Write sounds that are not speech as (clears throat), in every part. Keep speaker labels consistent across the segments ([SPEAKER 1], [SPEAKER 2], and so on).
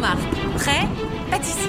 [SPEAKER 1] marque. Prêt Pâtisserie.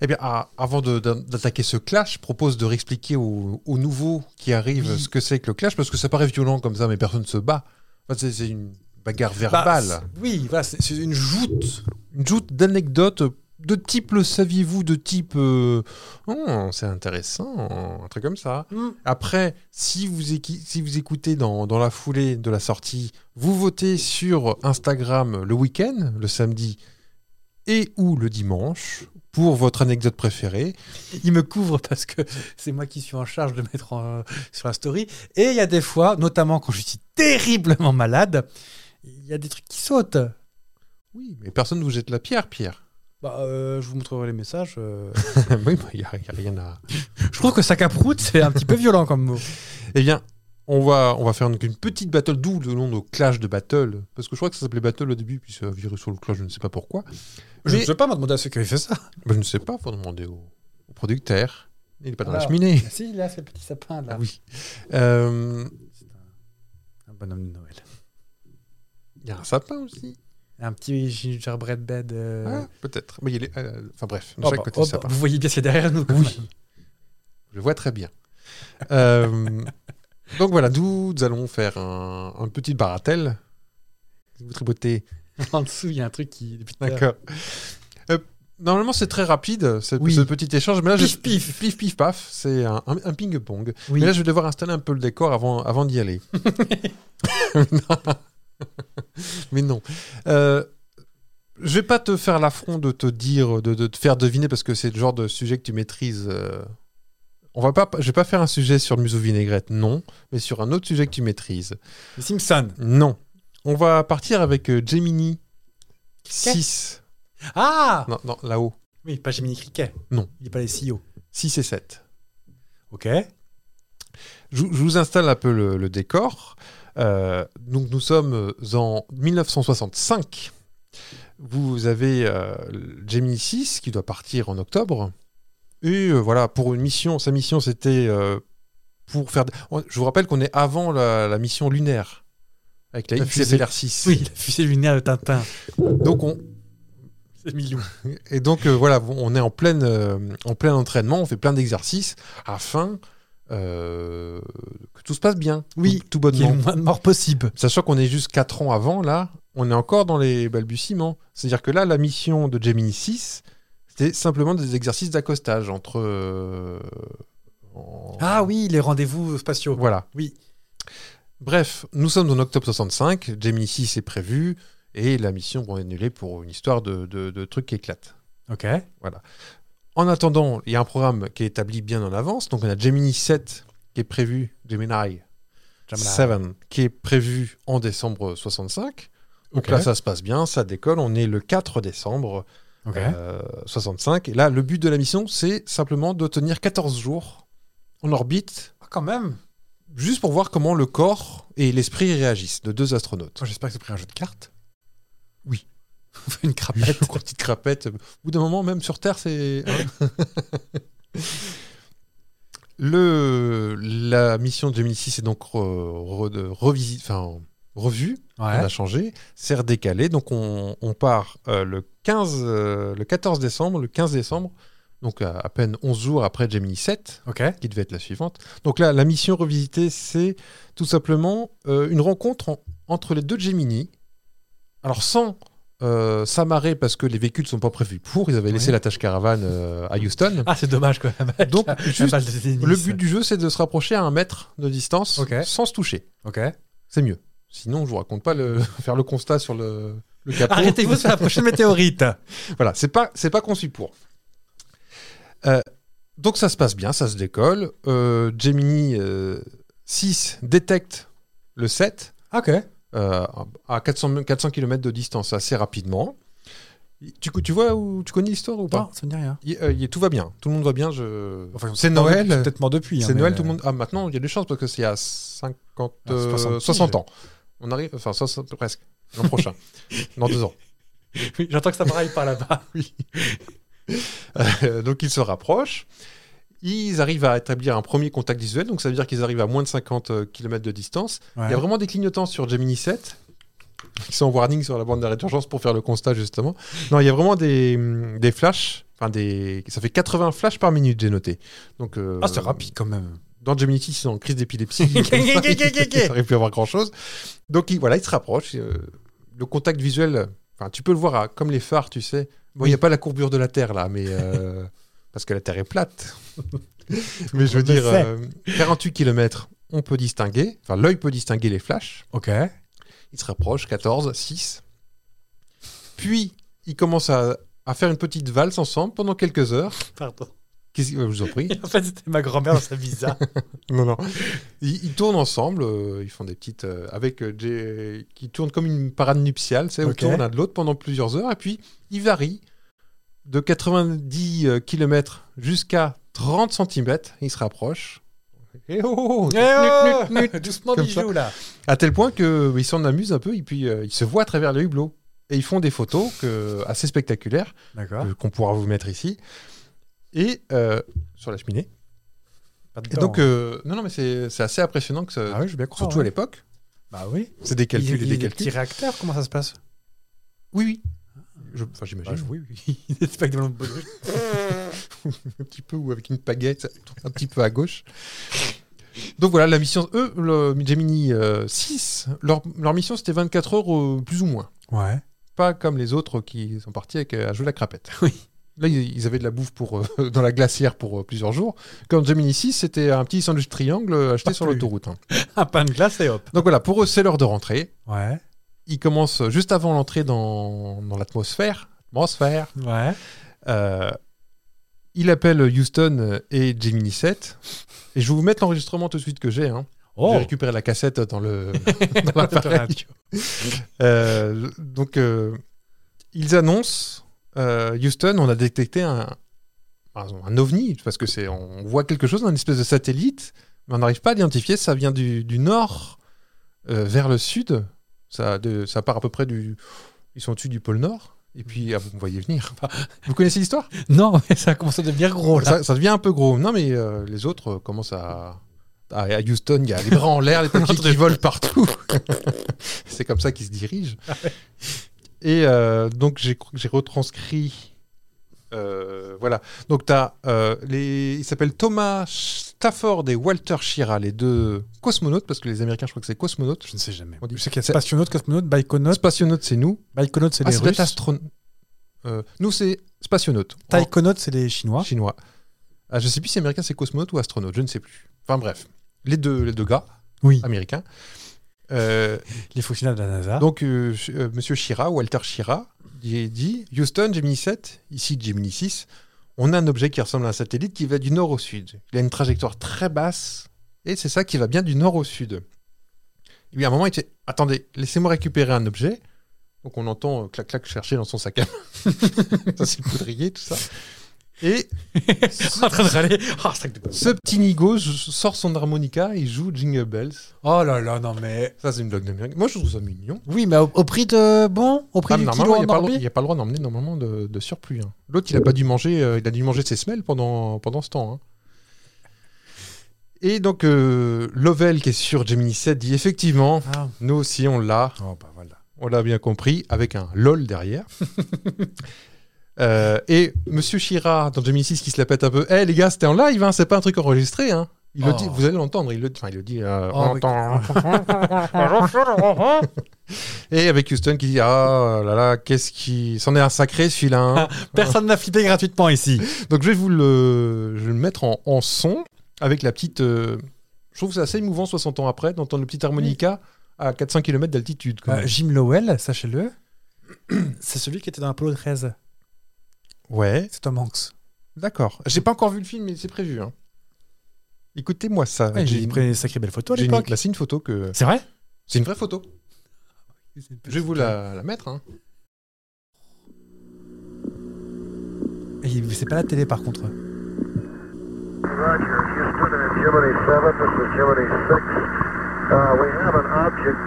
[SPEAKER 2] Eh bien, à- avant de- d'a- d'attaquer ce clash, je propose de réexpliquer aux, aux nouveaux qui arrivent ce que c'est que le clash, parce que ça paraît violent comme ça, mais personne ne se bat. Enfin, c'est- c'est une bagarre
[SPEAKER 3] Bah,
[SPEAKER 2] verbale.
[SPEAKER 3] c'est- oui, voilà, c'est c'est une joute.
[SPEAKER 2] une joute d'anecdotes de type le saviez-vous, de type euh, oh, c'est intéressant, un truc comme ça.
[SPEAKER 3] Hmm.
[SPEAKER 2] Après, si vous, équi- si vous écoutez dans, dans la foulée de la sortie, vous votez sur Instagram le week-end, le samedi et ou le dimanche pour votre anecdote préférée.
[SPEAKER 3] Il me couvre parce que (laughs) c'est moi qui suis en charge de mettre en- euh, sur la story. Et il y a des fois, notamment quand je suis terriblement malade, il y a des trucs qui sautent.
[SPEAKER 2] Oui, mais personne ne vous jette la pierre, Pierre.
[SPEAKER 3] Bah, euh, je vous montrerai les messages. euh.
[SPEAKER 2] (laughs) oui, il n'y a, y a rien à...
[SPEAKER 3] je trouve que sac à prout, c'est un petit peu violent comme mot.
[SPEAKER 2] Eh bien, on va, on va faire une, une petite battle, d'où le nom de clash de battle, parce que je crois que ça s'appelait battle au début, puis ça a viré sur le clash, je ne sais pas pourquoi.
[SPEAKER 3] Je ne
[SPEAKER 2] Mais-
[SPEAKER 3] sais pas, m'a demandé à ceux qui avaient fait ça.
[SPEAKER 2] Bah, je ne sais pas, faut demander au, au producteur. Il n'est pas dans la
[SPEAKER 3] Alors.
[SPEAKER 2] cheminée.
[SPEAKER 3] Ah, si, là, c'est le petit sapin, là.
[SPEAKER 2] Ah oui. Euh,
[SPEAKER 3] C'est un, un bonhomme de Noël.
[SPEAKER 2] Il y a un sapin aussi.
[SPEAKER 3] Un petit gingerbread bed. euh,
[SPEAKER 2] Ah, peut-être. Mais il est, euh, enfin bref, de
[SPEAKER 3] oh
[SPEAKER 2] chaque
[SPEAKER 3] bah,
[SPEAKER 2] côté
[SPEAKER 3] oh
[SPEAKER 2] le
[SPEAKER 3] bah,
[SPEAKER 2] sapin.
[SPEAKER 3] vous voyez bien ce qu'il y a derrière nous. quand
[SPEAKER 2] Oui.
[SPEAKER 3] même.
[SPEAKER 2] Je le vois très bien. Euh, (laughs) donc voilà, nous, nous allons faire un, un petit baratelle. Vous tribotez.
[SPEAKER 3] (laughs) En dessous, il y a un truc qui. depuis tout à l'heure.
[SPEAKER 2] D'accord. Euh, normalement, c'est très rapide, ce,
[SPEAKER 3] Oui.
[SPEAKER 2] ce petit échange. Mais là, je-
[SPEAKER 3] Pif, pif.
[SPEAKER 2] pif, pif, paf. C'est un, un- un ping-pong.
[SPEAKER 3] Oui.
[SPEAKER 2] Mais là, je vais devoir installer un peu le décor avant, avant d'y
[SPEAKER 3] (laughs)
[SPEAKER 2] aller. Non. Mais non. Euh, je vais pas te faire l'affront de te dire, de, de te faire deviner, parce que c'est le genre de sujet que tu maîtrises. euh. On va pas, je vais pas faire un sujet sur le museau vinaigrette, non, mais sur un autre sujet que tu maîtrises.
[SPEAKER 3] Les Simpsons.
[SPEAKER 2] Non. On va partir avec euh, Gemini 6.
[SPEAKER 3] Ah
[SPEAKER 2] Non, non, là-haut.
[SPEAKER 3] Oui, pas Jiminy Cricket.
[SPEAKER 2] Non.
[SPEAKER 3] Il n'est pas les E CEO.
[SPEAKER 2] 6 et 7.
[SPEAKER 3] Ok.
[SPEAKER 2] Je, je vous installe un peu le, le décor. Euh, donc nous sommes en 1965. Vous avez euh, le Gemini 6 qui doit partir en octobre. Et euh, voilà, pour une mission, sa mission c'était euh, pour faire... on- Je vous rappelle qu'on est avant la, la mission lunaire. Avec la
[SPEAKER 3] La fusée.
[SPEAKER 2] XFLR6.
[SPEAKER 3] Oui, la fusée lunaire
[SPEAKER 2] (laughs)
[SPEAKER 3] de Tintin.
[SPEAKER 2] Donc on,
[SPEAKER 3] C'est Milou.
[SPEAKER 2] et donc euh, voilà, on est en pleine, euh, en plein entraînement, on fait plein d'exercices afin euh, que tout se passe bien.
[SPEAKER 3] Oui,
[SPEAKER 2] tout, tout
[SPEAKER 3] Qu'il y ait
[SPEAKER 2] bonnement. Ah,
[SPEAKER 3] le moins de morts possible.
[SPEAKER 2] Sachant qu'on est juste 4 ans avant, là, on est encore dans les balbutiements. C'est-à-dire que là, la mission de Gemini 6, c'était simplement des exercices d'accostage entre. euh, en-
[SPEAKER 3] Ah oui, les rendez-vous spatiaux.
[SPEAKER 2] Voilà.
[SPEAKER 3] Oui.
[SPEAKER 2] Bref, nous sommes en octobre 65, Gemini 6 est prévu, et la mission bon, est annulée pour une histoire de, de, de trucs qui éclatent.
[SPEAKER 3] Ok.
[SPEAKER 2] En attendant, il y a un programme qui est établi bien en avance, donc on a Gemini 7 qui est prévu, Gemini
[SPEAKER 3] Jamla.
[SPEAKER 2] Seven, qui est prévu en décembre 65. Donc
[SPEAKER 3] Ok.
[SPEAKER 2] là, ça se passe bien, ça décolle. On est le 4 décembre
[SPEAKER 3] Ok.
[SPEAKER 2] euh, 65. Et là, le but de la mission, c'est simplement de tenir 14 jours en orbite,
[SPEAKER 3] Ah, quand même.
[SPEAKER 2] juste pour voir comment le corps et l'esprit réagissent de deux astronautes.
[SPEAKER 3] Toi, J'espère que c'est pris un jeu de cartes.
[SPEAKER 2] Oui.
[SPEAKER 3] (laughs) On fait une
[SPEAKER 2] (laughs)
[SPEAKER 3] crapette.
[SPEAKER 2] Crapette, une petite crapette. Au bout d'un moment, même sur Terre, c'est. hein. le, la mission de 2006 est donc re- re- revisite- enfin, revue. on
[SPEAKER 3] Ouais.
[SPEAKER 2] a changé, c'est redécalé. Donc on, on part euh, le 15, euh, le 14 décembre, le 15 décembre, donc à, à peine 11 jours après Gemini 7,
[SPEAKER 3] Ok.
[SPEAKER 2] qui devait être la suivante. Donc là, la mission revisitée, c'est tout simplement euh, une rencontre en- entre les deux Gemini. Alors sans euh, s'amarrer parce que les véhicules ne sont pas prévus pour, ils avaient laissé
[SPEAKER 3] Oui.
[SPEAKER 2] la tâche caravane euh, à
[SPEAKER 3] (laughs)
[SPEAKER 2] Houston.
[SPEAKER 3] Ah, c'est dommage quand même. avec
[SPEAKER 2] Donc
[SPEAKER 3] la- la (laughs)
[SPEAKER 2] juste,
[SPEAKER 3] balle de tennis.
[SPEAKER 2] le but du jeu, c'est de se rapprocher à un mètre de distance
[SPEAKER 3] Ok.
[SPEAKER 2] sans se toucher.
[SPEAKER 3] Ok.
[SPEAKER 2] C'est mieux. Sinon, je vous raconte pas le, (laughs) faire le constat sur le, le capot.
[SPEAKER 3] (laughs) Arrêtez-vous sur la
[SPEAKER 2] (laughs)
[SPEAKER 3] prochaine météorite.
[SPEAKER 2] Voilà, c'est pas c'est pas conçu pour. Euh, donc ça se passe bien, ça se décolle. Euh, Gemini euh, 6 détecte le 7
[SPEAKER 3] Ok.
[SPEAKER 2] euh, à 400, 400 km de distance assez rapidement. Tu, tu vois où tu connais l'histoire ou pas
[SPEAKER 3] Non, ça ne dit rien.
[SPEAKER 2] Il- euh, il- Tout va bien, tout le monde va bien. Je...
[SPEAKER 3] Enfin,
[SPEAKER 2] c'est
[SPEAKER 3] C'est
[SPEAKER 2] Noël.
[SPEAKER 3] peut-être mort depuis. hein,
[SPEAKER 2] C'est
[SPEAKER 3] mais-
[SPEAKER 2] Noël, tout le monde. Ah, maintenant, il y a des chances parce que c'est à 50,
[SPEAKER 3] Ah, 60,
[SPEAKER 2] euh, 60 ans. On arrive, enfin, 60 presque, l'an
[SPEAKER 3] (laughs)
[SPEAKER 2] prochain, dans deux ans.
[SPEAKER 3] (laughs) Oui, J'entends que ça braille par là-bas. Oui.
[SPEAKER 2] Euh, (laughs) donc ils se rapprochent. Ils arrivent à établir un premier contact visuel, donc ça euh, veut dire qu'ils arrivent à moins de 50 km de distance. Il y a vraiment des clignotants sur Gemini 7 fixant warning sur la bande d'arrêt d'urgence pour faire le constat, justement. Non, il y a vraiment des, des flashs. Enfin, des... Ça fait 80 flashs par minute, j'ai noté. Donc, euh,
[SPEAKER 3] Ah, c'est rapide quand même.
[SPEAKER 2] Dans Gemini, ils sont en crise
[SPEAKER 3] (laughs)
[SPEAKER 2] d'épilepsie. comme ça, ils n'arrivent plus à voir grand-chose. Donc, il- voilà, ils se rapprochent. euh, le contact visuel, enfin, tu peux le voir à- comme les phares, tu sais. Bon, il n'y a pas la courbure de la Terre, là, mais... euh, (laughs) parce que la Terre est
[SPEAKER 3] (laughs)
[SPEAKER 2] plate. mais je veux
[SPEAKER 3] On le
[SPEAKER 2] dire,
[SPEAKER 3] sait.
[SPEAKER 2] euh, 48 km, on peut distinguer. Enfin, l'œil peut distinguer les flashs.
[SPEAKER 3] Ok.
[SPEAKER 2] Il se rapproche, 14, 6. Puis, il commence à, à faire une petite valse ensemble pendant quelques heures.
[SPEAKER 3] Pardon.
[SPEAKER 2] Qu'est-ce que- je vous en prie.
[SPEAKER 3] (laughs) En fait, c'était ma grand-mère dans
[SPEAKER 2] (laughs)
[SPEAKER 3] sa visa.
[SPEAKER 2] Non, non. Ils, ils tournent ensemble, euh, ils font des petites. euh, avec euh, des- qui tournent comme une parade nuptiale, c'est
[SPEAKER 3] Ok.
[SPEAKER 2] autour l'un de l'autre pendant plusieurs heures. Et puis, ils varient de 90 km jusqu'à 30 cm. Ils se rapprochent. Et oh, oh, oh, nut, nut, nut.
[SPEAKER 3] Eh (laughs) Doucement,
[SPEAKER 2] Comme
[SPEAKER 3] bijou, là.
[SPEAKER 2] À tel point qu'ils s'en amusent un peu et puis euh, ils se voient à travers les hublots. Et ils font des photos que- assez spectaculaires
[SPEAKER 3] D'accord.
[SPEAKER 2] que- qu'on pourra vous mettre ici. Et euh, sur la cheminée. Et
[SPEAKER 3] donc,
[SPEAKER 2] donc, euh, non, non, mais c'est c'est assez impressionnant que ça-
[SPEAKER 3] ah oui, je veux bien croire.
[SPEAKER 2] surtout à
[SPEAKER 3] ouais.
[SPEAKER 2] l'époque.
[SPEAKER 3] Bah oui.
[SPEAKER 2] C'est des calculs
[SPEAKER 3] il,
[SPEAKER 2] et Bah
[SPEAKER 3] il
[SPEAKER 2] des
[SPEAKER 3] est
[SPEAKER 2] calculs.
[SPEAKER 3] petit réacteur, comment ça se passe
[SPEAKER 2] Oui, oui. Je- Enfin, j'imagine.
[SPEAKER 3] Oui, oui. (laughs) Il est pas que des ballons
[SPEAKER 2] (laughs)
[SPEAKER 3] de baudruche.
[SPEAKER 2] un petit peu ou avec une baguette un petit peu à gauche. Donc voilà, la mission, eux, le Gemini euh, 6, leur, leur mission c'était 24 heures euh, plus ou moins.
[SPEAKER 3] Ouais.
[SPEAKER 2] Pas comme les autres qui sont partis avec, euh, à jouer la crapette.
[SPEAKER 3] Oui.
[SPEAKER 2] Là, ils ils avaient de la bouffe pour, euh, (laughs) dans la glacière pour euh, plusieurs jours. Comme Gemini 6, c'était un petit sandwich triangle euh, acheté
[SPEAKER 3] Pas
[SPEAKER 2] sur
[SPEAKER 3] plus.
[SPEAKER 2] l'autoroute. hein.
[SPEAKER 3] Un pain de glace et hop.
[SPEAKER 2] Donc voilà, pour eux, c'est l'heure de rentrer.
[SPEAKER 3] Ouais.
[SPEAKER 2] Ils commencent juste avant l'entrée dans, dans l'atmosphère. Atmosphère.
[SPEAKER 3] Ouais.
[SPEAKER 2] Euh, il appelle Houston et Gemini 7. Et je vais vous mettre l'enregistrement tout de suite que j'ai. hein. J'ai
[SPEAKER 3] Oh.
[SPEAKER 2] récupéré la cassette dans le. dans l'appareil.
[SPEAKER 3] Radio.
[SPEAKER 2] Euh, le- donc, euh, ils annoncent euh, Houston, on a détecté un, pardon, un ovni, parce que c'est on voit quelque chose, un espèce de satellite, mais on n'arrive pas à l'identifier. Ça vient du, du nord euh, vers le sud. Ça, de- ça part à peu près du. Ils sont au-dessus du pôle Nord. Et puis, ah, vous me voyez venir. Vous connaissez l'histoire
[SPEAKER 3] (laughs) Non, mais ça commence à devenir gros là.
[SPEAKER 2] ça, ça devient un peu gros. Non, mais euh, les autres euh, commencent à. À à Houston, il y a les bras en (laughs) l'air, les papiers qui volent partout. (laughs) C'est comme ça qu'ils se dirigent. Et euh, donc, j'ai j'ai retranscrit. euh, voilà. Donc, tu as. les... Ils s'appellent Thomas Stafford et Walter Shira, les deux cosmonautes, parce que les Américains, je crois que c'est cosmonautes.
[SPEAKER 3] Je ne sais jamais.
[SPEAKER 2] On dit-
[SPEAKER 3] Je sais qu'il y a
[SPEAKER 2] C'est-
[SPEAKER 3] spationaute, cosmonaute, baïkonaute.
[SPEAKER 2] Spationautes, c'est nous.
[SPEAKER 3] Baïkonaute, c'est
[SPEAKER 2] Ah,
[SPEAKER 3] les
[SPEAKER 2] c'est peut-être
[SPEAKER 3] Russes.
[SPEAKER 2] astron- euh, nous, c'est spationautes. En-
[SPEAKER 3] Taïkonaute, c'est les Chinois.
[SPEAKER 2] chinois. Ah, je sais plus si américain c'est cosmonaute ou astronaute, je ne sais plus. Enfin bref, les deux, les deux gars
[SPEAKER 3] Oui.
[SPEAKER 2] américains. Euh,
[SPEAKER 3] Les fonctionnaires de la NASA.
[SPEAKER 2] Ah donc euh, ch- euh, Monsieur Shira, Walter Shira, il dit Houston Gemini 7, ici Gemini 6, on a un objet qui ressemble à un satellite qui va du nord au sud. Il a une trajectoire très basse et c'est ça qui va bien du nord au sud. Et puis à un moment il dit attendez, laissez-moi récupérer un objet. Donc on entend euh, clac clac chercher dans son sac à main. (laughs) ça c'est le poudrier tout ça. Et
[SPEAKER 3] (laughs) en train de râler. Oh, sac de gosse.
[SPEAKER 2] ce petit nigo j- sort son harmonica et joue Jingle Bells.
[SPEAKER 3] Oh là là, non mais.
[SPEAKER 2] Ça, c'est une blague de merde. Moi, je trouve ça mignon.
[SPEAKER 3] Oui, mais au, au prix de. Bon Au prix
[SPEAKER 2] Ah, mais
[SPEAKER 3] du
[SPEAKER 2] normalement,
[SPEAKER 3] kilo
[SPEAKER 2] il n'y
[SPEAKER 3] en
[SPEAKER 2] a, pas le-
[SPEAKER 3] orbite
[SPEAKER 2] il y a pas le droit d'emmener normalement de, de surplus. hein. L'autre, il a pas dû manger, euh, il a dû manger ses semelles pendant, pendant ce temps. hein. Et donc, euh, Lovell, qui est sur Gemini 7, dit effectivement,
[SPEAKER 3] Ah.
[SPEAKER 2] nous aussi, on l'a,
[SPEAKER 3] Oh bah voilà.
[SPEAKER 2] on l'a bien compris, avec un LOL
[SPEAKER 3] (laughs)
[SPEAKER 2] derrière. Euh, et Monsieur Chira, dans Gemini 6, qui se la pète un peu, Eh les gars, c'était en live, hein, c'est pas un truc enregistré. hein. Il le
[SPEAKER 3] Oh.
[SPEAKER 2] dit, vous allez l'entendre, il le, enfin, il le dit, euh,
[SPEAKER 3] Oh,
[SPEAKER 2] on
[SPEAKER 3] oui.
[SPEAKER 2] entend. (laughs) Et avec Houston qui dit Ah là là, qu'est-ce qui. C'en est un sacré celui-là.
[SPEAKER 3] (laughs)
[SPEAKER 2] hein.
[SPEAKER 3] Personne n'a flippé gratuitement ici.
[SPEAKER 2] Donc je vais vous le, je vais le mettre en, en son avec la petite. euh, Je trouve que c'est assez émouvant 60 ans après d'entendre le petit harmonica à 400 km d'altitude. quand
[SPEAKER 3] Euh,
[SPEAKER 2] même.
[SPEAKER 3] Jim Lowell, sachez-le, (clears throat) c'est celui qui était dans Apollo 13.
[SPEAKER 2] ouais,
[SPEAKER 3] C'est Tom Hanks.
[SPEAKER 2] d'accord. J'ai pas encore vu le film, mais c'est prévu. hein. Écoutez-moi ça.
[SPEAKER 3] Ouais,
[SPEAKER 2] J'ai-
[SPEAKER 3] J'ai pris des sacrées belles photos à
[SPEAKER 2] j'ai une-
[SPEAKER 3] l'époque.
[SPEAKER 2] là, c'est une photo que.
[SPEAKER 3] C'est vrai
[SPEAKER 2] C'est une vraie photo. Je vais vous la, la mettre. hein.
[SPEAKER 3] Et C'est pas la télé par contre.
[SPEAKER 4] Roger, Houston and Jiminy 7, this is Jiminy 6. Uh, we have an object,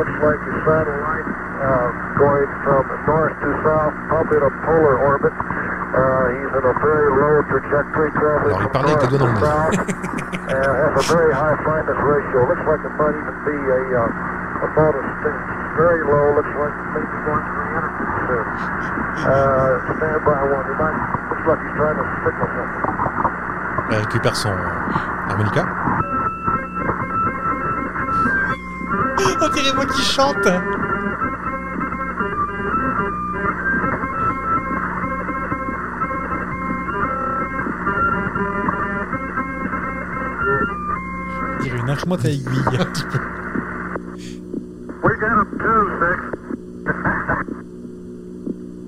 [SPEAKER 4] looks like a satellite, uh, going from north to south, probably in a polar orbit. Uh, he's in a very low trajectory, traveling
[SPEAKER 2] Alors, il
[SPEAKER 4] from
[SPEAKER 2] parlait avec
[SPEAKER 4] north
[SPEAKER 2] les doigts
[SPEAKER 4] to
[SPEAKER 2] dans
[SPEAKER 4] south, and has a very high fineness ratio. Looks like it might even be a, uh, about a stand. Very low, looks like maybe going 300 feet soon. Uh, stand by one. He might, looks like he's trying to signal something.
[SPEAKER 2] Elle récupère son euh, harmonica.
[SPEAKER 3] On dirait moi qui chante. On dirait une armoire à aiguille.
[SPEAKER 4] We got him two, six.